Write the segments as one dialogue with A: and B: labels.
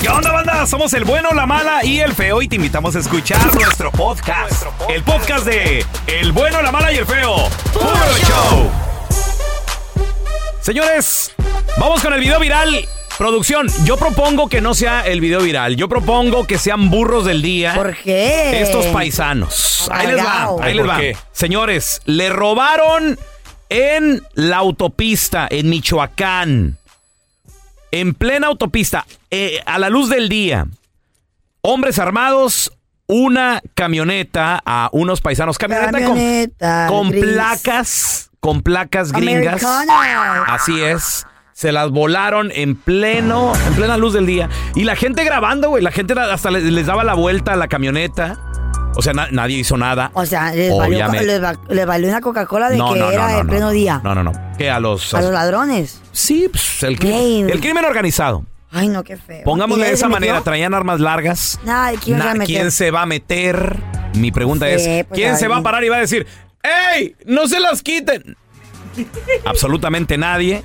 A: ¿Qué onda, banda? Somos el bueno, la mala y el feo y te invitamos a escuchar nuestro podcast. El podcast de El bueno, la mala y el feo. ¡Puro show! Señores, vamos con el video viral. Producción, yo propongo que no sea el video viral. Yo propongo que sean burros del día.
B: ¿Por qué?
A: Estos paisanos. Ahí les va,
B: Amargao.
A: ahí les
C: ¿Por
A: va.
C: qué?
A: Señores, le robaron en la autopista en Michoacán. En plena autopista, eh, a la luz del día. Hombres armados, una camioneta a unos paisanos. Camioneta, con-
B: Camioneta
A: con,
B: gris.
A: placas, con placas gringas.
B: Americana.
A: Así es. Se las volaron en pleno, en plena luz del día. Y la gente grabando, güey. La gente la- hasta les, les daba la vuelta a la camioneta. O sea, na- nadie hizo nada.
B: O sea, les valió,
A: Obviamente.
B: les va- les valió una Coca-Cola de
A: No,
B: que
A: no, no,
B: era
A: no,
B: de
A: no,
B: pleno
A: no.
B: día.
A: No, no, no. Que a los.
B: A los ladrones.
A: sí, pues, el, cri-
B: Güey.
A: el crimen organizado.
B: Ay, no, qué feo.
A: Pongámosle
B: ¿Y
A: de
B: él
A: esa
B: se
A: manera.
B: metió?
A: Traían armas largas.
B: Nah, ¿quién se va a
A: Na-
B: meter?
A: ¿quién se va a meter? Mi pregunta
B: Sí,
A: es:
B: pues,
A: ¿quién se va a
B: ahí.
A: parar y va a decir, ¡Ey! ¡No se las quiten! Absolutamente nadie.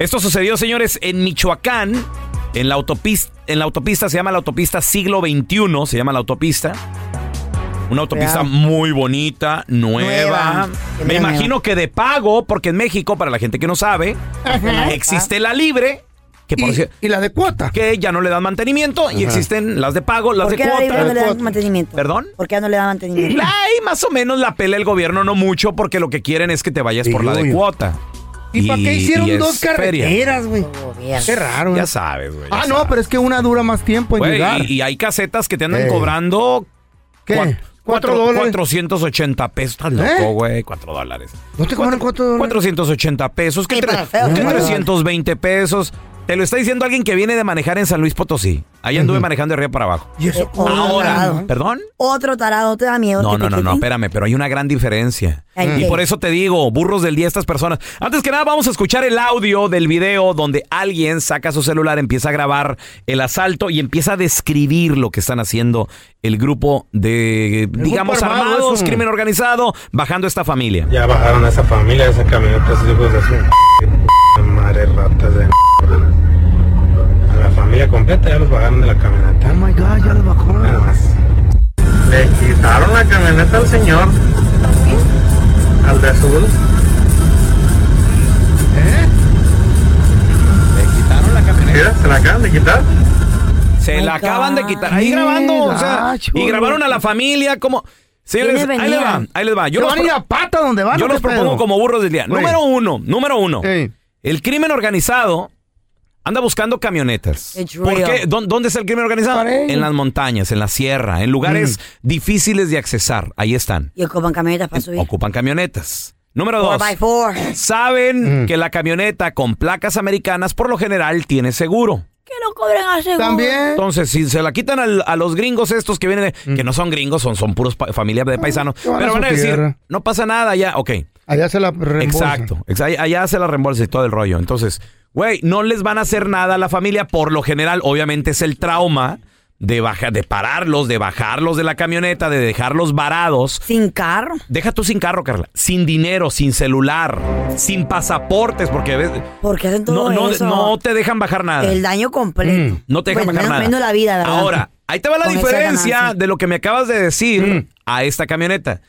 A: Esto sucedió, señores, en Michoacán, en la autopista. En la autopista se llama la autopista siglo XXI, se llama la autopista. Una autopista
B: Real.
A: muy bonita, nueva.
B: Nueva.
A: Me
B: Nueva.
A: imagino que de pago, porque en México, para la gente que no sabe, existe la libre, que por cier-
D: Y, y la de cuota.
A: que ya no le dan mantenimiento y existen las de pago, las
B: ¿Por
A: de
B: qué a la libre no
A: cuota.
B: le dan mantenimiento?
A: ¿Perdón?
B: ¿Por qué a no le dan mantenimiento?
A: Ay, más o menos la pelea el gobierno, no mucho, porque lo que quieren es que te vayas por la de
D: Digo yo.
A: cuota.
D: ¿Y, para qué hicieron
A: y es
D: dos
A: feria.
D: carreteras, güey?
B: Gobierno.
D: Qué raro,
A: Ya
D: güey.
A: sabes, güey. ya
D: Ah, no,
A: sabes.
D: pero es que una dura más tiempo en
A: Güey,
D: llegar.
A: y, y hay casetas que te andan
D: Eh.
A: cobrando
D: ¿Qué?
A: cua-
D: ¿Cuatro
A: cuatro-
D: dólares?
A: 480 pesos. Estás loco,
D: ¿Eh?
A: güey. 4 dólares.
D: ¿No te cobran cuatro dólares?
A: 480 pesos. ¿Qué,
B: Sí,
A: tre-
B: para feo,
A: qué
B: qué mal.
A: 320 pesos? Te lo está diciendo alguien que viene de manejar en San Luis Potosí. Ahí anduve manejando de arriba para abajo.
D: ¿Y eso?
B: Eh, otro
A: Ahora,
B: tarado.
A: ¿perdón?
B: Otro tarado, ¿te da miedo?
A: No,
B: que
A: no,
B: te
A: no, no,
B: quiten?
A: espérame, pero hay una gran diferencia.
B: Ay,
A: Y
B: ¿qué?
A: por eso te digo, burros del día estas personas. Antes que nada, vamos a escuchar el audio del video donde alguien saca su celular, empieza a grabar el asalto y empieza a describir lo que están haciendo el grupo de, digamos,
D: armado,
A: armados,
D: eso.
A: crimen organizado, bajando esta familia.
E: Ya bajaron a esa familia, a esa camioneta, esos hijos de su p- madre ratas de a la familia completa ya los bajaron de la camioneta.
D: Oh my God, ya lo
E: Nada
D: bajaron.
E: más. Le quitaron la camioneta al señor, al de azul. ¿Eh? Le quitaron la camioneta. Mira, se la acaban de quitar.
A: Se
B: my
A: la
B: God.
A: acaban de quitar. Ahí
D: Qué
A: grabando, o sea,
D: gacho,
A: y grabaron a la familia como... Señores,
B: ¿Quiénes
A: ahí les va,
B: venían?
A: ahí les va. Yo
D: Yo
A: los
D: van a ir
A: pro-
D: a pata donde van.
A: Yo
D: ¿o qué
A: los propongo
D: pedo?
A: como burros del día.
D: Güey.
A: Número uno, número uno.
D: Ey.
A: El crimen organizado anda buscando camionetas.
B: It's
A: ¿Por
B: real.
A: qué? ¿Dó- ¿Dónde está el crimen organizado?
D: Para ellos.
A: En las montañas, en la sierra, en lugares
D: Mm.
A: difíciles de accesar. Ahí están.
B: Y ocupan camionetas para subir.
A: Ocupan camionetas. Número
B: Four
A: dos.
B: by four.
D: Mm.
A: Saben que la camioneta con placas americanas por lo general tiene seguro.
B: Que lo cobren a seguro.
D: También.
A: Entonces, si se la quitan al- a los gringos estos que vienen, de- que no son gringos, son, son puros pa- familia de paisanos,
D: Mm. Ah, que van a
A: pero
D: su
A: van a decir,
D: tierra.
A: no pasa nada, ya, ok.
D: Allá se la reembolsan.
A: Exacto, exa- allá se la reembolsa y todo el rollo. Entonces, Güey, no les van a hacer nada a la familia. Por lo general, obviamente, es el trauma de, baja, de pararlos, de bajarlos de la camioneta, de dejarlos varados.
B: Sin carro.
A: Deja tú sin carro, Carla. Sin dinero, sin celular, sin pasaportes, porque... a veces-
B: ¿Por qué hacen todo
A: no, no,
B: eso?
A: no te dejan bajar nada.
B: El daño completo.
A: Mm, no te dejan
B: Pues,
A: bajar
B: menos-
A: nada.
B: menos la vida, la verdad.
A: Ahora, ahí te va la
B: Con esa
A: diferencia
B: ganancia.
A: de lo que me acabas de decir
D: Mm.
A: a esta camioneta.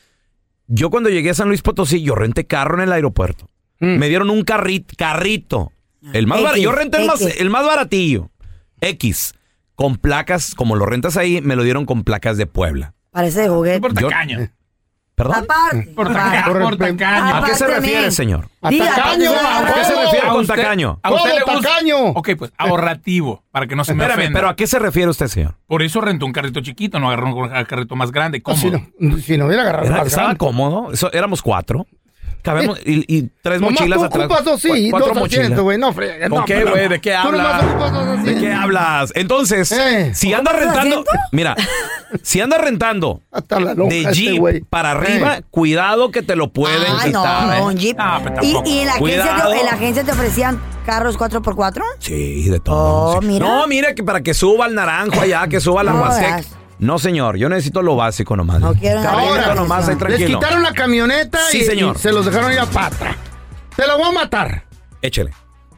A: Yo cuando llegué a San Luis Potosí, yo renté carro en el aeropuerto.
D: Mm.
A: Me dieron un carri- carrito.
B: Ah.
A: El más bar-
C: X,
A: yo renté el más,
C: X.
A: el más baratillo. X. Con placas, como lo rentas ahí, me lo dieron con placas de Puebla.
B: Parece de juguete.
A: Yo- ¿Perdón?
B: Aparte.
A: Por tacaño. ¿A qué se refiere, señor?
B: Diga,
F: tacaño,
A: ¿A qué se refiere
F: A
A: con
F: usted-
A: tacaño?
F: a usted le gusta-
A: tacaño!
F: Ok, pues ahorrativo, para que no se me
A: Espérame,
F: ofenda.
A: pero ¿a qué se refiere usted, señor?
F: Por eso rentó un carrito chiquito, no agarró un carrito más grande, cómodo.
D: Ah, Si no hubiera agarrado
A: Era-
D: para
A: estaba
D: acá.
A: cómodo. eso- éramos cuatro. Cabemos, y, y tres
D: Nomás
A: mochilas
D: tú
A: atrás.
D: ocupas dos, sí,
A: Cu-
D: dos asientos, güey, no friegues, no,
A: ¿Con qué,
D: pero-
A: güey? ¿De qué
D: Tú nomás ocupas dos
A: hablas? ¿De qué hablas? Entonces,
D: Eh,
A: si andas
D: ¿ocupas
A: rentando. Mira, si andas rentando
D: la lonja
A: de
D: este
A: Jeep
D: güey.
A: para arriba,
D: Eh.
A: cuidado que te lo pueden
B: Ah, no,
A: quitar.
B: no,
A: ¿eh?
B: un Jeep.
A: pero
B: ¿Y,
A: tampoco.
B: y en, la agencia
A: Cuidado.
B: te, en la agencia te ofrecían carros 4x4?
A: Sí, de todo. sí.
B: Oh, mira.
A: No, mira, que para que suba el naranjo allá, que suba la
B: No,
A: Huastec.
B: verás.
A: No, señor, yo necesito lo básico nomás.
B: quiero nada.
A: Carrito
D: Ahora,
A: nomás, ahí
D: les
A: tranquilo.
D: quitaron la camioneta
A: Sí,
D: y,
A: señor.
D: y se los dejaron ir a pata. Te lo voy a matar.
A: Échele.
D: Ah.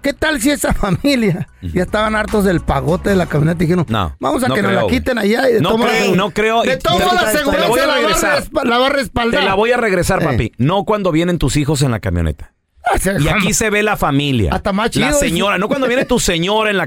D: ¿Qué tal si esa familia ya estaban hartos del pagote de la camioneta y dijeron, vamos a
A: no
D: que nos la
A: creo, güey.
D: quiten allá y de
A: No
D: todo modo
A: creo,
D: la-
A: no creo, y-
D: De todo
A: te-
D: modo la
A: te- te la voy a
D: seguridad la, va a
A: regresar.
D: respa- la va a respaldar.
A: Te la voy a regresar,
D: Eh.
A: papi. No cuando vienen tus hijos en la camioneta.
D: Ah, se-
A: Y aquí se ve la familia.
D: Hasta más
A: La
D: chido.
A: señora, no cuando viene tu señora en la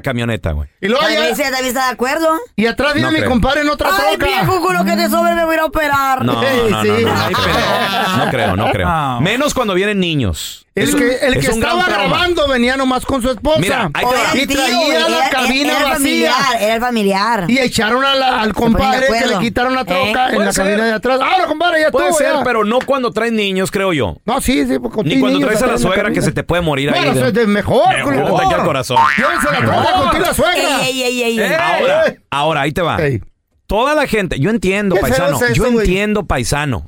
A: camioneta, güey.
D: Y luego
B: Tal
D: ya-
B: vez ella también está de acuerdo.
D: Y atrás viene
A: No
D: mi
A: creo.
D: compadre en otra
B: Ay,
D: troca.
B: viejo culo que te
A: Mm.
B: sobre me voy a ir a operar.
A: No, no, no, no, no, ahí pero- no creo, no creo.
D: No.
A: Menos cuando vienen niños.
D: El
A: Eso-
D: que, el
A: es
D: que
A: un gran
D: estaba
A: trauma.
D: grabando venía nomás con su esposa.
A: Mira, ahí te va.
D: y traía la cabina
B: era, el
D: vacía.
B: familiar, era el familiar.
D: Y echaron a la- al
B: Se ponen de
D: compadre que
B: acuerdo.
D: le quitaron la troca
A: ¿Eh?
D: en
A: Puede
D: la
A: ser.
D: cabina de atrás. Ahora, compadre, ya
A: Puede
D: estuvo,
A: ser,
D: ya.
A: pero no cuando traen niños, creo yo.
D: No, sí, sí, porque
A: Ni cuando traes a la suegra que se te puede morir ahí. ¿eh?
D: Bueno,
A: de-
D: eso es de mejor,
A: Mejor,
D: culo.
A: ataque al corazón.
D: Llévense la troca contigo la suegra. Ah.
B: Ey, ey, ey, ey,
A: Eh,
B: ey.
A: Ahora, ahora, ahí te va. Toda la gente, yo entiendo,
D: Qué feo
A: paisano,
D: es eso,
A: yo
D: güey.
A: entiendo, paisano.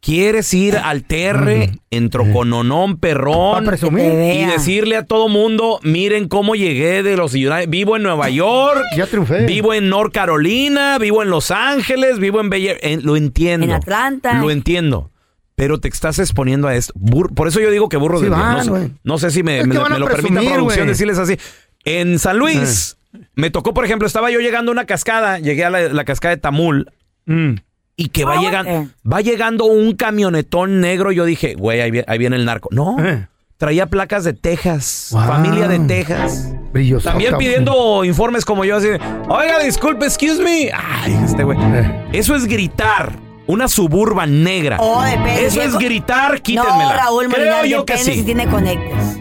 A: Quieres ir al terre, en trocononón, perrón, y
D: vean.
A: decirle a todo mundo, miren cómo llegué de los United, vivo en Nueva York,
D: Ya triunfé.
A: vivo en North Carolina, vivo en Los Ángeles, vivo en Bella, en- lo entiendo.
B: En Atlanta.
A: Lo entiendo. Pero te estás exponiendo a esto. Bur- Por eso yo digo que burro
D: Sí
A: de Dios.
D: van,
A: No sé-
D: güey.
A: No sé si me,
D: Es
A: me,
D: que van a
A: me lo permita
D: presumir,
A: producción
D: güey. Eh.
A: decirles así. En San Luis, me tocó, por ejemplo, estaba yo llegando a una cascada, llegué a la, la cascada de Tamul,
D: Mm.
A: y que va,
D: eh.
A: llegando, va llegando un camionetón negro. Yo dije, güey, ahí, vi- ahí viene el narco. No,
D: Eh.
A: traía placas de Texas, familia de Texas.
D: Brilloso.
B: Oh,
A: También pidiendo informes como yo, así, de, oiga, disculpe, excuse me. Ay, este güey.
B: Eh.
A: Eso es gritar. Una suburban negra.
B: Oh, depende.
A: Eso es gritar, quítenmela.
B: No, Raúl Molinar,
A: Creo yo que
B: depende si
A: sí.
B: tiene conectes.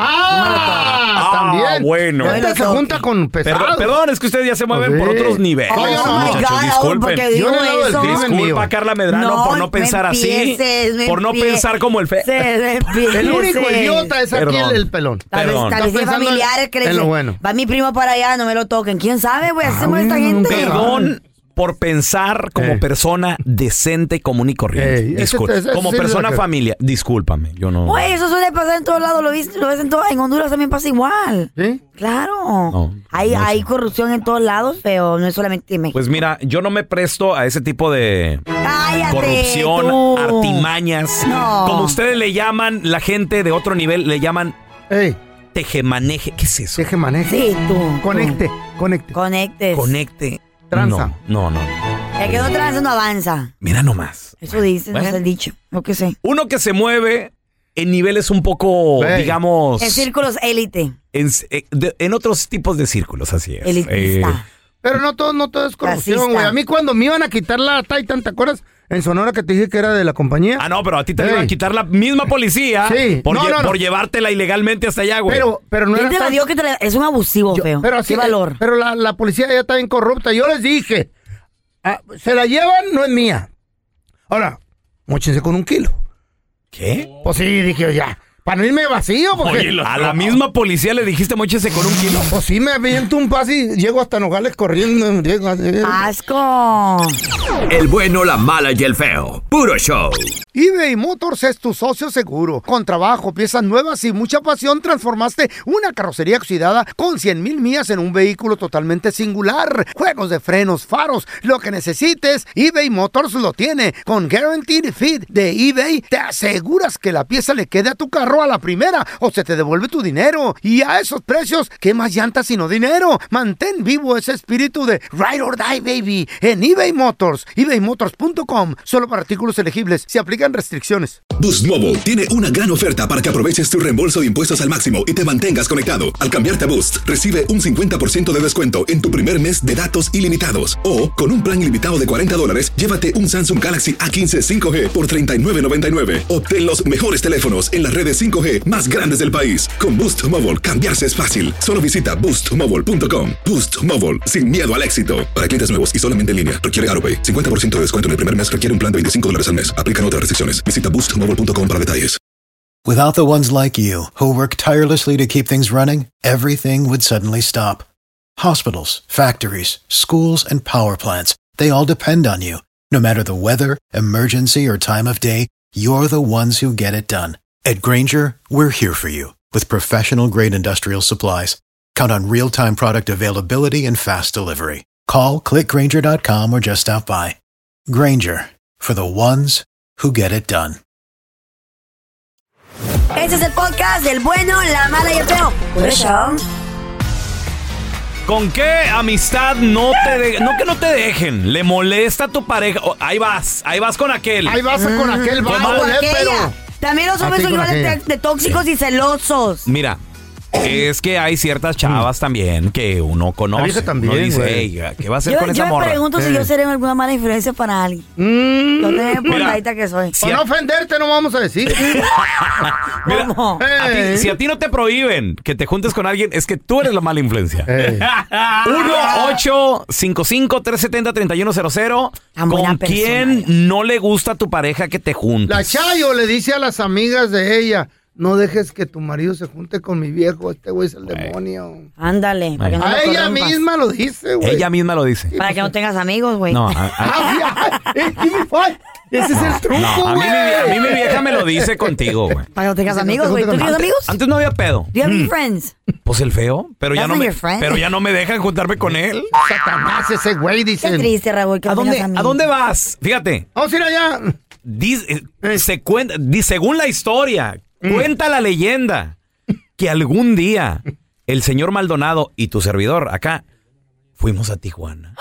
D: Ah, también.
A: bueno.
D: Este se junta con pesados.
A: Perdón, perdón, es que ustedes ya se mueven por otros niveles.
D: Oh,
B: my
A: muchachos,
B: God,
A: disculpen.
B: porque digo Yo no veo el eso. crimen,
A: Disculpa
B: digo.
A: Carla Medrano
B: No,
A: por no
B: no
A: pensar así.
B: empieces, no
A: por no
B: empieces.
A: pensar como el fe.
B: Se despide.
D: El único idiota es aquí
A: Perdón.
D: el, el pelón.
B: Tal vez,
A: Perdón.
B: tal
D: Está
B: vez hay
D: pensando
B: familiares que le
D: en lo
B: dicen,
D: bueno. Ah, mm,
B: va mi primo para allá, no me lo toquen. ¿Quién sabe, güey? Hacemos esta gente.
A: Perdón por pensar como persona decente, común y corriente.
D: Ey, ese-
A: Disculpa.
D: ese- ese
A: como
D: sí es
A: persona
D: la que-
A: familia. Discúlpame, yo no.
B: Oye, eso suele pasar en todos lados, lo, vis- lo ves en todo, en Honduras también pasa igual.
D: ¿Sí?
B: Claro.
A: No,
B: hay,
A: no sé.
B: hay corrupción en todos lados, pero no es solamente en México.
A: Pues mira, yo no me presto a ese tipo de
B: Cállate,
A: corrupción,
B: tú.
A: artimañas.
B: No.
A: Como ustedes le llaman, la gente de otro nivel le llaman tejemaneje. ¿Qué es eso?
D: Tejemaneje.
B: Sí, tú.
D: Conecte, conecte.
B: Conectes.
A: Conecte.
D: Tranza.
A: No, no, no.
B: El que no tranza no avanza.
A: Mira nomás.
B: Eso dice, no
A: Bueno.
B: es el dicho. Lo que sé.
A: Uno que se mueve en niveles un poco,
D: Ey.
A: digamos,
B: En círculos élite.
A: en, eh, de- en otros tipos de círculos, así es. Eh,
B: Elitista.
D: Pero no todo, no todo es corrupción,
B: Racista.
D: güey. A mí cuando me iban a quitar la Titan, ¿te acuerdas? En Sonora que te dije que era de la compañía.
A: Ah, no, pero a ti te
D: Ey.
A: iban a quitar la misma policía
D: Sí.
A: por,
D: No,
A: lle-
D: no, no.
A: por llevártela ilegalmente hasta allá, güey.
D: Pero, pero no
B: ¿Quién
D: era
B: te la
D: tan-
B: dio que te la- Es un abusivo,
D: Yo-
B: feo.
D: Pero así,
B: Qué valor.
D: Pero la, la policía ya está bien corrupta. Yo les dije, ah, se la llevan, no es mía. Ahora, mochense con un kilo.
A: ¿Qué?
D: Pues sí, dije yo, ya. Para no irme vacío, porque.
A: Oye, a la misma policía le dijiste mochese con un kilo.
D: Pues sí, me aviento un pase y llego hasta Nogales corriendo. llego así.
B: ¡Asco!
C: El bueno, la mala y el feo. Puro show.
D: eBay Motors es tu socio seguro. Con trabajo, piezas nuevas y mucha pasión, transformaste una carrocería oxidada con 100 mil millas en un vehículo totalmente singular. Juegos de frenos, faros, lo que necesites, eBay Motors lo tiene. Con Guaranteed Fit de eBay, te aseguras que la pieza le quede a tu carro a la primera o se te devuelve tu dinero. Y a esos precios, ¿qué más llantas sino dinero? Mantén vivo ese espíritu de Ride or Die, baby, en eBay Motors. ebaymotors.com. Solo para artículos elegibles. Se aplican restricciones.
G: Boost Mobile tiene una gran oferta para que aproveches tu reembolso de impuestos al máximo y te mantengas conectado. Al cambiarte a Boost, recibe un 50% de descuento en tu primer mes de datos ilimitados. O, con un plan ilimitado de 40 dólares, llévate un Samsung Galaxy A15 5G por 39.99. Obtén los mejores teléfonos en las redes 5G más grandes del país. Con Boost Mobile, cambiarse es fácil. Solo visita boostmobile.com. Boost Mobile, sin miedo al éxito. Para clientes nuevos y solamente en línea, requiere AroPay. 50% de descuento en el primer mes requiere un plan de 25 dólares al mes. Aplican otras restricciones. Visita boostmobile.com para detalles.
H: Without the ones like you, who work tirelessly to keep things running, everything would suddenly stop. Hospitals, factories, schools, and power plants, they all depend on you. No matter the weather, emergency, or time of day, you're the ones who get it done. At Granger, we're here for you with professional grade industrial supplies. Count on real time product availability and fast delivery. Call clickgranger.com or just stop by. Granger for the ones who get it done.
B: Este es el podcast del bueno, la mala y el feo. Por eso.
A: ¿Con qué amistad no te de- no que no te dejen? ¿Le molesta a tu pareja? Oh, ahí vas, ahí vas con aquel.
D: Ahí vas con aquel
B: Mm,
D: vago,
B: con
D: eh,
B: aquella.
D: pero-
B: También los
A: A
B: hombres
A: ti
B: son
A: con
B: iguales de,
A: aquella.
B: de tóxicos y celosos.
A: Mira, es que hay ciertas chavas también que uno conoce.
D: La vieja también,
A: Uno dice,
D: güey. Eh.
A: "Ey, ¿qué va a hacer
B: Yo,
A: con
B: yo
A: esa
B: me
A: morra? Eh. Mm.
B: pregunto si yo seré alguna mala influencia para alguien. Lo tengo por
A: Mira,
B: ladita que soy.
D: Para no ofenderte, no vamos a decir. Eh,
A: Mira, a ti- si a ti no te prohíben que te juntes con alguien, es que tú eres la mala influencia.
D: Eh.
A: 1-855-370-3100. ¿Con quién no le gusta a tu pareja que te junte?
D: La Chayo le dice a las amigas de ella, no dejes que tu marido se junte con mi viejo, este güey es el demonio.
B: Ándale. para que no
D: A
B: lo
D: ella
B: corrompas.
D: misma lo dice, güey.
A: Ella misma lo dice.
B: Para que no tengas amigos, güey.
A: No, a-
D: Ah, Eh, Ese es el truco,
A: No, a mí,
D: güey.
A: mi, a mí mi vieja me lo dice contigo, güey.
B: Para que no tengas
D: Dice, no
B: amigos,
D: te
B: güey. ¿Tú
D: juntes
B: tienes
D: con-
B: amigos?
A: Antes no había pedo.
B: ¿Do you have
A: Mm.
B: any friends?
A: Pues el feo, pero ya
B: That's
A: no
B: not
A: me
B: your friend.
A: pero ya no me dejan juntarme con él.
D: Satanás ese güey dice.
B: Qué triste, Raúl, que
A: ¿A
B: no
A: dónde,
B: tengas amigos.
A: ¿A dónde vas? Fíjate.
D: Vamos a ir allá.
A: eh,
D: Eh.
A: se cuenta, di- según la historia,
D: Mm.
A: cuenta la leyenda que algún día el señor Maldonado y tu servidor acá fuimos a Tijuana.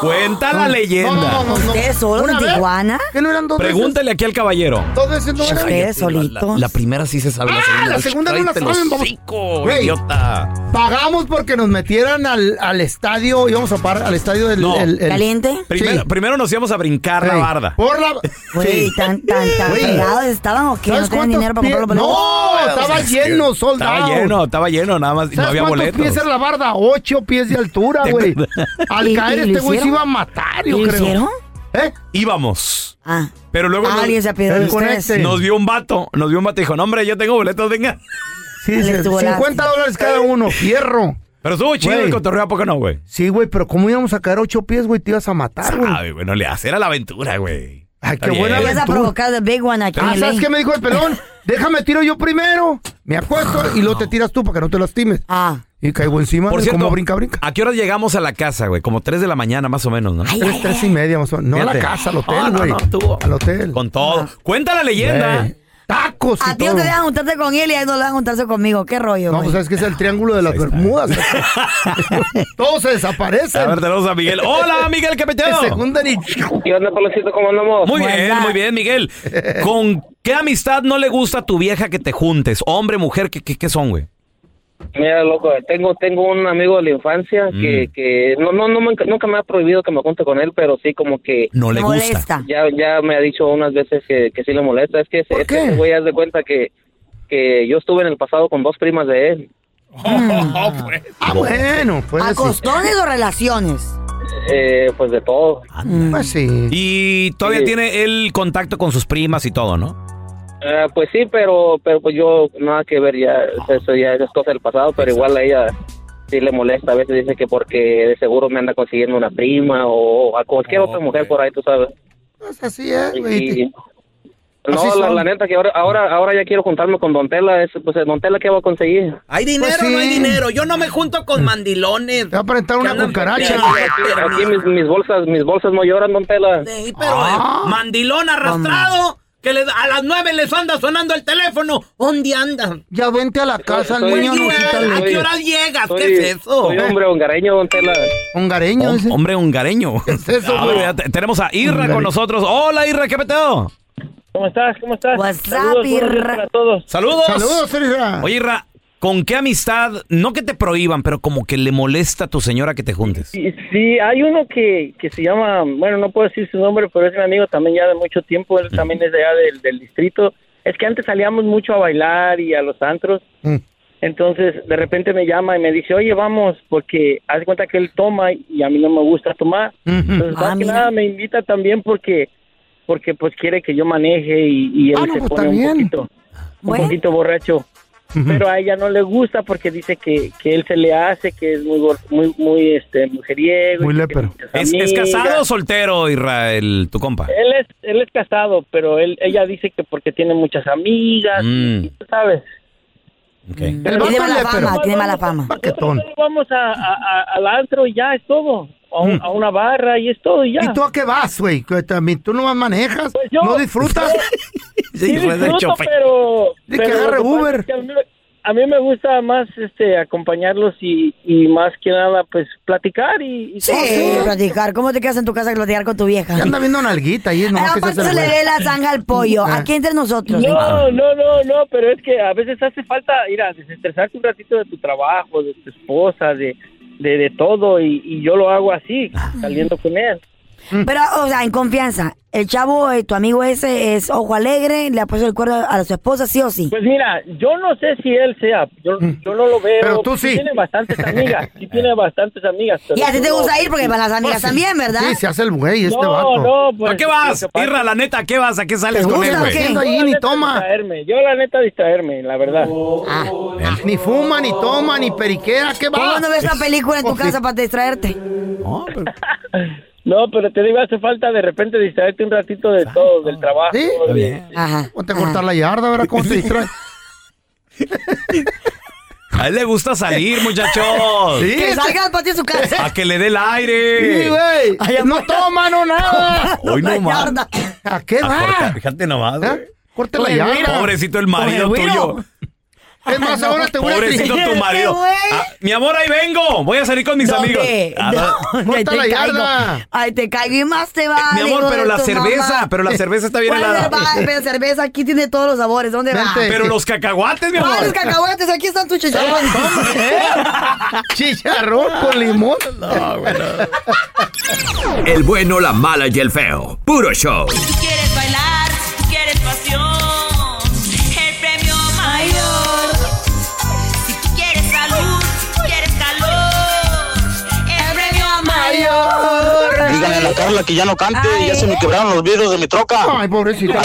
A: cuenta la leyenda.
D: No, no, no, no.
B: ¿Ustedes solos en
D: Una vez,
B: Tijuana?
D: ¿Que no eran dos veces?
A: Pregúntale aquí al caballero.
D: Dos veces no eran.
A: Cállate, La, la primera sí se sabe.
D: Ah, la segunda no la
A: Cállate el
D: saben, vamos.
A: hocico,
D: Güey.
A: idiota.
D: Pagamos porque nos metieran al, al estadio, íbamos a parar al estadio del...
A: No.
D: el- el-
A: Primero, primero nos íbamos a brincar la
D: Ey,
A: barda.
D: Por la...
B: Güey,
D: Sí.
B: tan, tan, tan
D: Güey.
B: pegados estaban o qué? No
D: ¿Sabes
B: tenían
D: cuántos
B: dinero para comprar los
D: pies?
B: boletos.
D: No, estaba lleno, soldado.
A: Estaba lleno, estaba lleno, nada más. y No
D: ¿Sabes
A: había
D: cuántos
A: boletos.
D: pies era la barda? Ocho pies de altura, güey.
B: ¿Y-
D: Al
B: y
D: caer
B: lo
D: este güey se
B: hicieron?
D: iba a matar, yo
B: ¿Y lo
D: creo.
B: hicieron?
D: ¿Eh?
A: Íbamos.
B: Ah.
A: Pero luego
B: Ah,
A: nos-
B: alguien se apiadó de
A: nos,
B: ustedes.
A: nos vio un vato, nos vio un vato y dijo, no, hombre, yo tengo boletos, venga.
D: Sí,
B: Les
D: dice,
B: volaste.
D: 50 dólares cada uno, fierro.
A: Pero estuvo chido
D: Güey.
A: el cotorreo, ¿a poco no, güey?
D: Sí, güey, pero ¿cómo íbamos a caer ocho pies, güey? Te ibas a matar, Ah, güey.
A: Ay, bueno, le hace, era la aventura, güey.
D: Ay,
A: Ah, Está
D: qué
A: bien.
D: buena
B: Ibas a provocar the big one aquí
D: Ah,
B: en
D: ¿sabes
B: LA.
D: qué me dijo el pelón? Déjame tiro yo primero. Me acuesto y luego te tiras tú para que no te lastimes.
B: Ah.
D: Y caigo encima.
A: Por
D: de
A: cierto,
D: cómo brinca, brinca.
A: ¿a qué hora llegamos a la casa, güey? Como 3 de la mañana, más o menos, ¿no?
D: Tres, tres y media, más o menos. No a la
A: Fíjate.
D: casa, al
A: No,
D: hotel,
A: no,
D: güey.
A: no, estuvo.
D: al hotel.
A: Con Eh. todo. Cuenta la leyenda.
D: Güey, Tacos y
B: A ti no
D: todo.
B: te dejan juntarte con él y a él no le dejan juntarse conmigo. ¿Qué rollo,
D: No,
B: güey?
D: pues sabes que es el triángulo de las Bermudas. Todos se desaparecen.
A: A ver, tenemos a Miguel. Hola, Miguel, ¿qué
D: Se
A: peteo?
D: secundan y...
I: ¿Qué onda, Palacito? ¿Cómo andamos?
A: Muy bien, muy bien, Miguel. ¿Con qué amistad no le gusta a tu vieja que te juntes? Hombre, mujer, ¿qué, qué, qué son, güey?
I: Mira, loco, tengo, tengo un amigo de la infancia que, que no, no, no, me- nunca me ha prohibido que me junte con él, pero sí como que...
A: No le gusta. Molesta.
I: Ya, ya me ha dicho unas veces que, que sí le molesta. Es que ese,
D: qué?
I: ese güey, haz de cuenta que, que yo estuve en el pasado con dos primas de él.
D: Ah, bueno, pues
B: ¿A costones o relaciones?
I: Eh, pues de todo.
D: Pues sí.
A: Y todavía
I: Sí.
A: tiene el contacto con sus primas y todo, ¿no?
I: Eh, pues sí, pero, pero pues yo nada que ver ya, eso ya es cosa del pasado, pero igual a ella sí le molesta, a veces dice que porque de seguro me anda consiguiendo una prima o a cualquier otra mujer por ahí, tú sabes.
D: Pues así es,
I: Y-
D: güey.
I: y- no, la, la neta que ahora, ahora, ahora ya quiero juntarme con Don Tela, es- pues Don Tela ¿qué va a conseguir?
J: ¿Hay dinero o no hay dinero? Yo no me junto con mandilones. Te
D: va a presentar
I: una cucaracha. Aquí mis, mis bolsas, mis bolsas no lloran, Don Tela.
J: Pero eh, mandilón arrastrado, que le- a las nueve les anda sonando el teléfono. ¿Dónde andan?
K: Ya vente a la
D: Pues
K: casa,
J: al
K: niño, no quítale.
J: ¿A qué hora llegas? ¿Qué es eso?
I: Soy hombre hongareño, Don Tela.
D: Hongareño,
A: Hom- Hombre hongareño.
D: eso,
A: Ah,
I: güey?
A: ya te- tenemos a Irra con nosotros. Hola, Irra, ¿qué peteo?
L: ¿Cómo estás? ¿Cómo estás?
B: WhatsApp, Irra.
L: todos.
A: Saludos.
D: Saludos, Irra.
A: Oye, Irra, ¿con qué amistad? No que te prohíban, pero como que le molesta a tu señora que te juntes.
L: Sí, sí, hay uno que, que se llama, bueno, no puedo decir su nombre, pero es mi amigo también ya de mucho tiempo, él también es de allá del, del distrito. Es que antes salíamos mucho a bailar y a los antros,
K: Mm.
L: entonces de repente me llama y me dice, oye, vamos, porque haz de cuenta que él toma y a mí no me gusta tomar. Entonces,
K: Ah,
L: más que
K: mira.
L: nada me invita también porque porque pues quiere que yo maneje y, y él
K: Ah, no,
L: se
K: pues,
L: pone
K: está
L: un
K: bien.
L: poquito,
K: Bueno.
B: Pues.
L: un poquito borracho. Pero a ella no le gusta porque dice que, que él se le hace, que es muy gor- muy muy este mujeriego.
A: Muy
L: y que tiene muchas
A: ¿Es, es
L: amigas.
A: casado o soltero, Irra, el- tu compa?
L: Él es él es casado, pero él ella dice que porque tiene muchas amigas,
A: Mm.
L: y tú sabes.
B: Tiene mala fama, tiene mala fama.
L: Nosotros vamos a, a- a- al antro y ya es todo. A, un- a una barra y es todo y ya.
D: Mm.
L: Pues
D: ¿Y tú a qué vas, güey? Que también ¿Tú no manejas? ¿No disfrutas?
L: Sí, disfruto, pero,
D: De
L: pero
D: que
L: lo
D: agarre
L: pasa
D: Uber.
L: es que a, mí, a mí me gusta más este acompañarlos y, y más que nada pues platicar y, y
B: Sí, platicar. ¿Cómo te quedas en tu casa a platicar con tu vieja?
D: Ya anda viendo nalguita ahí, no, que se
B: Aparte
D: hace
B: Ah, se
D: el
B: le
D: güey.
B: ve la zanja al pollo. Aquí entre nosotros.
L: No, no, no, no, pero es que a veces hace falta ir a desestresarte un ratito de tu trabajo, de tu esposa, de, de, de todo y, y yo lo hago así, saliendo con él.
B: Pero, o sea, en confianza. El chavo, eh, tu amigo ese, es ojo alegre, le ha puesto el cuerno a su esposa, sí o sí.
L: Pues mira, yo no sé si él sea, yo, yo no lo veo.
B: Mm. Pero tú sí.
L: Tiene bastantes amigas, sí tiene bastantes amigas. pero
B: Y a ti
L: yo
B: te
L: no- Pues
B: gusta ir porque van las amigas también, ¿verdad?
D: Pues Sí, se hace el güey este
L: No,
D: vato.
L: no, pues,
A: ¿A qué vas?
L: lo que pasa-
A: Irra, la neta, ¿a qué vas? ¿A qué sales con él, güey?
D: haciendo ahí,
L: Yo la
D: ni
L: neta
D: toma.
L: Distraerme. Yo la neta distraerme, la verdad.
D: Ah, Ni fuma, ni toma, ni periquera, ¿qué va?
B: ¿Cómo no ves la película en tu
D: Pues sí.
B: casa para distraerte?
L: No, pero te digo, hace falta de repente distraerte un ratito de todo, del trabajo.
D: ¿Sí?
L: de-
B: Ajá.
D: Ponte a cortar la yarda, ¿verdad? ¿Cómo te distrae?
A: A él le gusta salir, muchachos.
B: Que salga al patio de su casa.
A: A que le dé el aire.
D: Sí, güey. No toma, no nada.
A: Hoy no más.
D: ¿A qué
A: A
D: va?
A: cortar- Fíjate nomás, güey.
D: Corta la yarda.
A: Pobrecito el marido
D: Con el güiro.
A: tuyo.
D: Es más, ahora te voy a
A: Pobrecito tu marido. Ah, mi amor, ahí vengo. Voy a salir con mis amigos. Ah, no.
B: Ay, te caigo. Ay, te caigo y más te va.
A: Mi amor,
B: hijo
A: pero
B: de
A: la
B: tu
A: cerveza,
B: mamá.
A: pero la cerveza está bien
B: ¿Cuál
A: helada.
B: cerva- Pero cerveza aquí tiene todos los sabores. ¿Dónde va?
A: Pero los cacahuates, mi amor.
B: Ah, los cacahuates, aquí están tus chicharrones.
D: Chicharrón con limón.
C: El bueno, la mala y el feo. Puro show.
M: quieres bailar, si tú quieres pasión, el premio mayor. Si tú quieres salud, si tú quieres calor, el premio mayor.
N: Díganle a la Carla que ya no cante, ya se me quebraron los vidrios de mi troca.
D: Ay, pobrecita.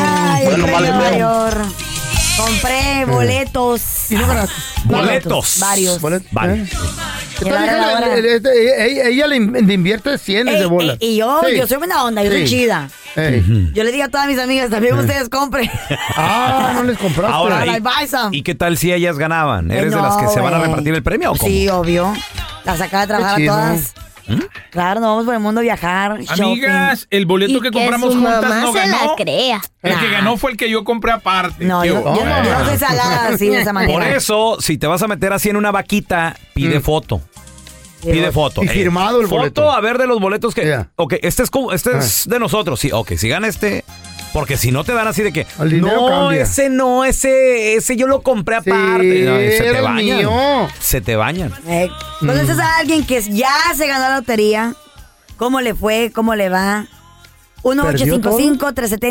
B: Ay, el premio mayor. Compré boletos.
D: Boletos.
B: Varios.
D: Vale.
B: Llevar a la hora.
D: e, Ella le in- le invierte
B: Ey,
D: cienes de
B: ey,
D: bolas.
B: y yo, yo soy buena onda, yo soy chida.
D: Ey.
B: Yo le digo a todas mis amigas, también
A: Eh.
B: ustedes compren.
D: Ah, no les compraste.
A: Ahora,
B: Ay,
A: ¿y,
B: balsa.
A: ¿y qué tal si ellas ganaban?
B: Eh,
A: ¿Eres de
B: no,
A: las que se van a
B: güey.
A: repartir el premio o cómo? ¿Mm?
B: Sí, obvio. Las acaba de trabajar a
A: chido.
B: todas. Claro, nos vamos por el mundo a viajar.
F: Amigas, el boleto que compramos juntas no ganó.
B: crea.
F: El que ganó fue el que yo compré aparte. No,
B: yo- yo no- yo no soy salada así, de esa manera.
A: Por eso, si te vas a meter así en una vaquita, pide foto. Pide foto.
D: Mm. Y
A: eh.
D: firmado el
A: foto,
D: boleto. Ah.
A: a ver de los boletos que. Ok, este es como, este es de nosotros. Sí, ok, si gana este. Porque si no te dan así de que.
D: dinero
A: no,
D: cambia".
A: ese no, ese, ese yo lo compré aparte. No, y se
D: era
A: te
D: el
A: bañan.
D: mío.
A: Se te bañan.
B: Eh, Entonces a alguien que ya se ganó la lotería, ¿cómo le fue? ¿Cómo le va?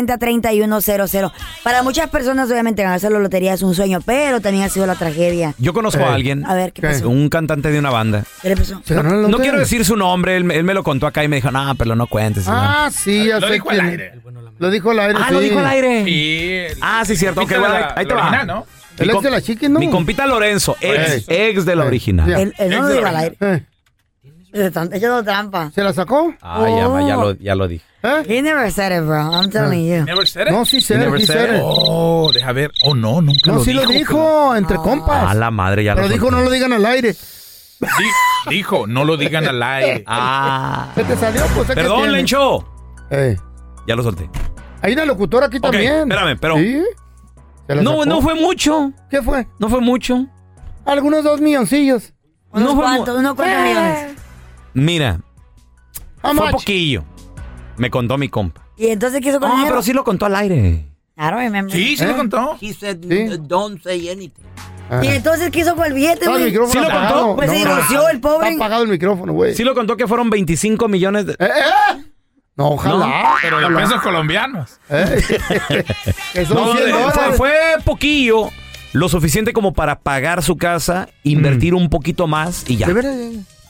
B: 1-855-370-3100. Para muchas personas, obviamente, ganarse la lotería es un sueño, pero también ha sido la tragedia.
A: Yo conozco
B: Eh,
A: a alguien.
B: a ver, ¿qué ¿Qué? pasó?
A: Un cantante de una banda.
B: ¿Qué le pasó?
A: No,
D: Ah,
A: no quiero decir su nombre, él, él me lo contó acá y me dijo, no, pero no cuentes.
D: Ah, sí, ya sé quién es. Lo dijo al aire.
A: Ah, lo
D: sí.
A: dijo al aire. Ah, sí, cierto.
D: Fuiste
A: ok, bueno,
D: la-
A: ahí, ahí te
D: la
A: va.
D: original, ¿no? El ex
A: com-
D: de la chiqui, ¿no?
A: Mi compita Lorenzo, ex,
D: Eso.
A: ex de la original.
D: Ya.
B: El, el no
D: Ex
B: lo
D: de
B: digo
D: la
B: al aire. Se están echando trampa.
D: Eh, ¿Se la sacó? ¿Eh?
A: Ah, ya, ma-
D: Oh.
A: ya lo, ya lo dije.
B: He never said it, bro. I'm telling
D: Ah.
B: you.
F: Never
A: ¿Eh?
F: said it.
D: No, sí said it,
F: Never
D: sí
F: said
D: said it.
F: Oh, deja ver. Oh, no, nunca
D: No,
F: lo
D: sí
F: dijo.
D: lo dijo, entre compas.
A: A Ah. la madre, ya
D: Pero
A: lo
D: dijo,
A: conté.
D: no lo digan al aire.
F: Di- dijo, no lo digan al aire.
A: Ah.
D: Se te salió, pues. ¿qué
A: Perdón,
D: tiene?
A: Lencho. Ya lo solté.
D: Hay una locutora aquí
A: Ok,
D: también.
A: espérame, pero-
D: ¿Sí? ¿Se la
A: No,
D: sacó?
A: no fue mucho.
D: ¿Qué fue?
A: No fue mucho.
D: Algunos dos milloncillos.
B: Unos
D: fue mu-
B: cuantos, unos cuantos
A: Ah.
D: Eh.
B: millones.
A: Mira,
D: How
A: fue
D: much?
A: poquillo. Me contó mi compa.
B: ¿Y entonces qué hizo con el
A: Ah,
B: dinero?
A: pero sí lo contó al aire.
B: I don't remember.
D: ¿Eh?
A: le contó.
J: He said, don't say anything.
B: ¿Y entonces qué hizo con el billete,
D: Está el
B: güey?
D: micrófono apagado.
B: Pues se
D: No,
B: divorció el pobre.
D: Está apagado el micrófono, güey.
A: Sí lo contó que fueron 25 millones de...
D: Eh, No, ojalá. Eh.
F: Pero de pesos colombianos.
D: Que son
A: No,
D: 100
A: de-
D: dólares.
A: fue, fue poquillo. Lo suficiente como para pagar su casa, invertir un poquito más y ya.
D: Mm. De veras.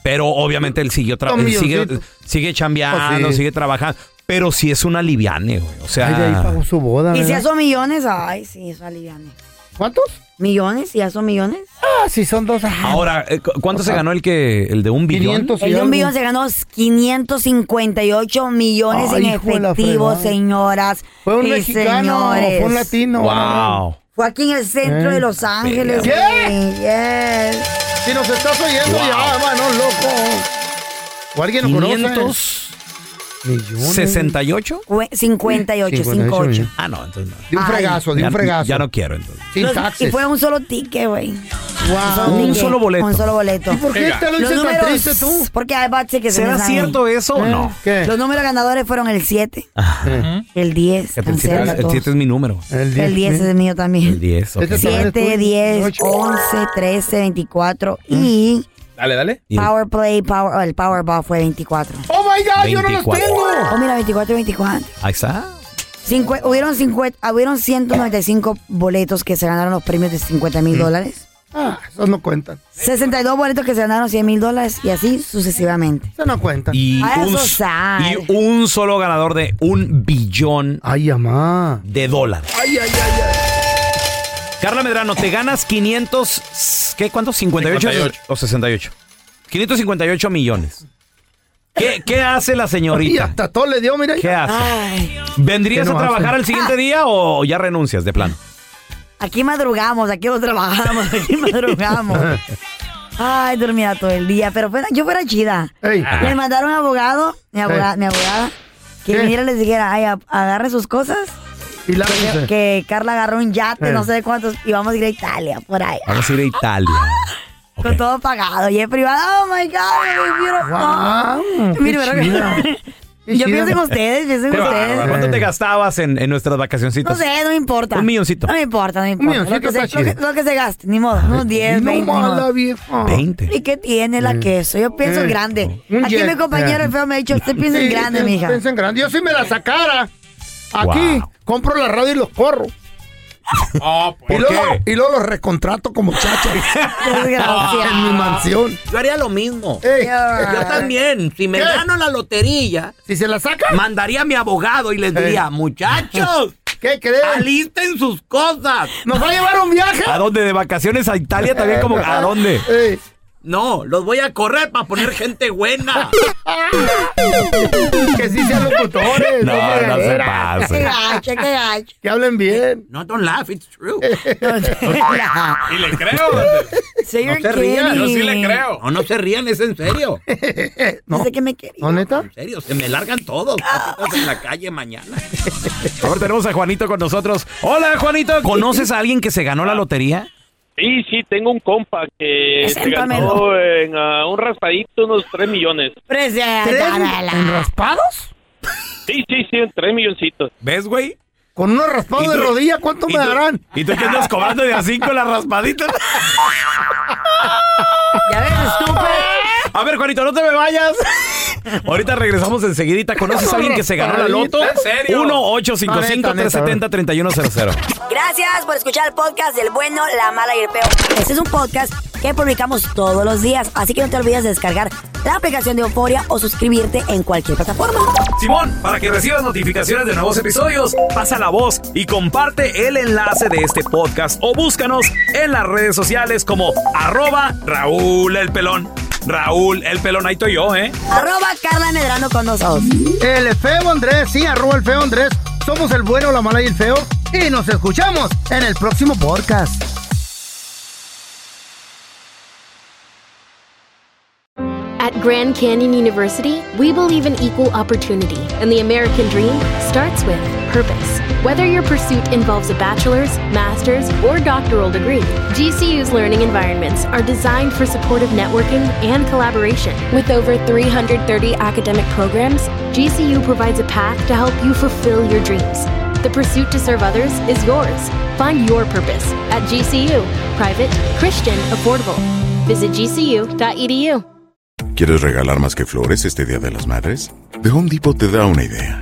A: Pero obviamente él siguió tra-
D: Un
A: él sigue,
D: milloncito.
A: sigue chambeando,
D: Oh, sí.
A: sigue trabajando. Pero si es un aliviane, güey. O sea.
D: Ay, de ahí pagó su boda.
B: ¿Y si
D: ¿verdad?
B: ya son millones? Ay, sí, eso aliviane.
D: ¿Cuántos?
B: ¿Millones? ¿Si ya son millones?
D: Ah, sí, son dos.
A: Ahora, eh, cu- ¿cuánto
D: O
A: se
D: sea,
A: ganó el que el de un billón?
D: 500
B: El de un billón se ganó 558 millones
D: Ay,
B: en
D: hijo de la
B: efectivo,
D: fregada.
B: señoras
D: Fue un
B: y
D: mexicano,
B: señores.
D: fue un latino.
A: Wow.
B: Fue aquí en el centro
D: Eh.
B: de Los Ángeles.
D: ¿Qué?
B: güey. Yes.
D: Si nos estás oyendo
A: Wow.
D: ya, hermano, loco. O alguien lo conoce.
A: 568?
B: Fue 58, 58.
D: 58.
A: Ah, no, entonces no.
D: De un
B: Ay.
D: fregazo, de
A: Ya-
D: un fregazo.
A: Ya no quiero entonces.
D: Sin
B: Los-
D: taxes.
B: y fue un solo ticket, güey.
D: Wow.
A: Un
B: ticket,
A: solo boleto.
B: Un solo boleto.
D: ¿Y por qué te lo
B: Los
D: dices tan
B: números,
D: triste tú?
B: Porque hay baches que se
A: ¿Será
B: me salen.
A: cierto eso o
D: ¿Eh?
A: no?
D: ¿Qué?
B: Los números ganadores fueron el 7, el 10,
A: Fíjate, El 7
B: cancela todos.
A: es mi número.
D: El
B: El 10 es el mío
A: El
B: también.
A: 10. ok.
D: Este es-
B: 7, 10, 11, 13, 24 y
F: Dale, dale.
A: Y-
B: Power Play, Power, oh, el Powerball fue 24.
D: ¡Oh, my God! ¡Yo no los
A: 24.
D: tengo!
B: Oh, mira, 24 y 24.
A: Ahí está.
B: Cincu- hubieron, 50, hubieron 195 boletos que se ganaron los premios de 50 mil
A: Mm.
B: dólares.
D: Ah, esos no cuentan.
B: 62 boletos que se ganaron 100 mil dólares y así sucesivamente.
D: Eso no cuentan.
A: Y
B: Ah,
A: un,
B: eso sad.
A: y un solo ganador de un billón
D: Ay, amá.
A: de dólares.
D: Ay, ay, ay, ay.
A: Carla Medrano, te ganas 500. ¿Qué? ¿Cuántos? ¿58
F: 58.
A: o 68? 558 millones. ¿Qué, qué hace la
D: Y
A: señorita?
D: hasta todo le dio, mira. Ah.
A: ¿Qué hace?
B: Ay,
A: ¿Vendrías
D: ¿Qué no
A: a trabajar
D: hace? Ah.
A: al siguiente día o ya renuncias de plano?
B: aquí madrugamos, aquí no trabajamos, aquí madrugamos. Ay, dormía todo el día, pero fuera- yo fuera chida.
D: Ey.
B: Le mandaron un abogado, mi abogada, mi abogada que
D: ¿Qué?
B: viniera y les dijera, ay, a- agarre sus cosas.
D: Y la
B: Que, que Carla agarró un yate,
D: Eh.
B: no sé de cuántos, y vamos a ir a Italia, por ahí.
D: Ah,
A: Vamos a ir a Italia. Ok.
B: Con todo pagado y es privado. Oh my God,
D: Wow,
B: muy beautiful.
D: qué
B: Mira, pero-
D: chida. Qué chida.
B: Yo
D: ah,
B: pienso en ustedes, pienso en
A: Qué bárbaro.
B: ustedes.
A: ¿Cuánto te gastabas en, en nuestras
B: No
A: vacacioncitas?
B: sé, no me importa.
A: Un milloncito.
B: No me importa, no me importa.
D: milloncito
B: Lo que, se,
D: está
B: lo que-
D: chido.
B: lo que se gaste, ni modo. Unos 10,
D: No
B: 20. ni modo.
D: mala vieja.
A: 20.
B: ¿Y qué tiene la queso? Yo pienso en
D: Eh.
B: grande.
D: Este. Mm. Un
B: Aquí
D: jet,
B: mi compañero
D: eh.
B: el feo me ha dicho, usted piensa en
D: Sí,
B: grande,
D: sí,
B: mija.
D: piensa en grande. Yo si me la sacara, aquí
A: Wow.
D: compro la radio y los corro.
J: Ah,
F: Oh,
D: Y
F: pues.
D: luego, y luego los recontrato como
B: Ah,
D: chachas en mi
B: Desgraciado.
D: mansión.
J: Yo haría lo mismo.
D: Ey,
J: Yo también, si me
D: ¿Qué?
J: gano la lotería,
D: si se la saca,
J: mandaría a mi abogado y les diría, muchachos,
D: ¿qué creen?
J: alisten sus cosas.
D: ¿Nos va a llevar un viaje?
A: ¿A dónde? ¿De vacaciones a Italia también? Como, ¿A dónde?
D: Ey,
J: Eh. No, los voy a correr para poner gente buena.
D: que sí sean locutores.
A: No,
D: hombre.
A: Ah, no se
B: Qué
A: pase.
B: gacha, qué gacha.
D: Que hablen bien.
J: No, don't laugh, it's true.
F: Y le creo.
B: So you're
J: te rías,
B: kidding
F: Yo sí
B: me.
F: le creo.
J: No, no se rían, es en serio. En
B: Dice que me quería.
D: ¿No, neta?
J: serio, se me largan todos. patitas en la calle mañana.
A: Ahora tenemos a Juanito con nosotros. Hola, Juanito. ¿Conoces a alguien que se ganó la lotería?
N: Sí, sí, tengo un compa que se
B: Preséntamelo.
N: ganó en ah, un raspadito unos 3 millones.
D: ¿En
B: Preséntala.
D: raspados?
N: Sí, sí, sí, 3 milloncitos.
A: ¿Ves, güey?
D: Con unos raspados de rodilla, ¿cuánto me darán?
A: ¿Y tú qué andas cobrando de a cinco las raspaditas?
B: Ya ves, estúpido.
A: A ver, Juanito, no te me vayas. Ahorita regresamos enseguidita. ¿Conoces a alguien que se ganó la loto?
B: ¿En serio?
A: 1-855-370-3100.
B: Gracias por escuchar el podcast del bueno, la mala y el peor. Este es un podcast que publicamos todos los días, así que no te olvides de descargar la aplicación de Euforia o suscribirte en cualquier plataforma.
A: Simón, para que recibas notificaciones de nuevos episodios, pasa la voz y comparte el enlace de este podcast o búscanos en las redes sociales como arroba Raúl el Pelón. Raúl el Pelón, ahí estoy yo, ¿eh?
B: Arroba Carla Medrano con nosotros.
D: El feo Andrés, sí, arroba el feo Andrés. Somos el bueno, la mala y el feo. Y nos escuchamos en el próximo podcast.
K: At Grand Canyon University, we believe in equal opportunity, and the American dream starts with purpose. Whether your pursuit involves a bachelor's, master's, or doctoral degree, GCU's learning environments are designed for supportive networking and collaboration. With over 330 academic programs, GCU provides a path to help you fulfill your dreams. The pursuit to serve others is yours. Find your purpose at GCU. Private, Christian, affordable. Visit gcu.edu.
O: ¿Quieres regalar más que flores este Día de las Madres? The Home Depot te da una idea.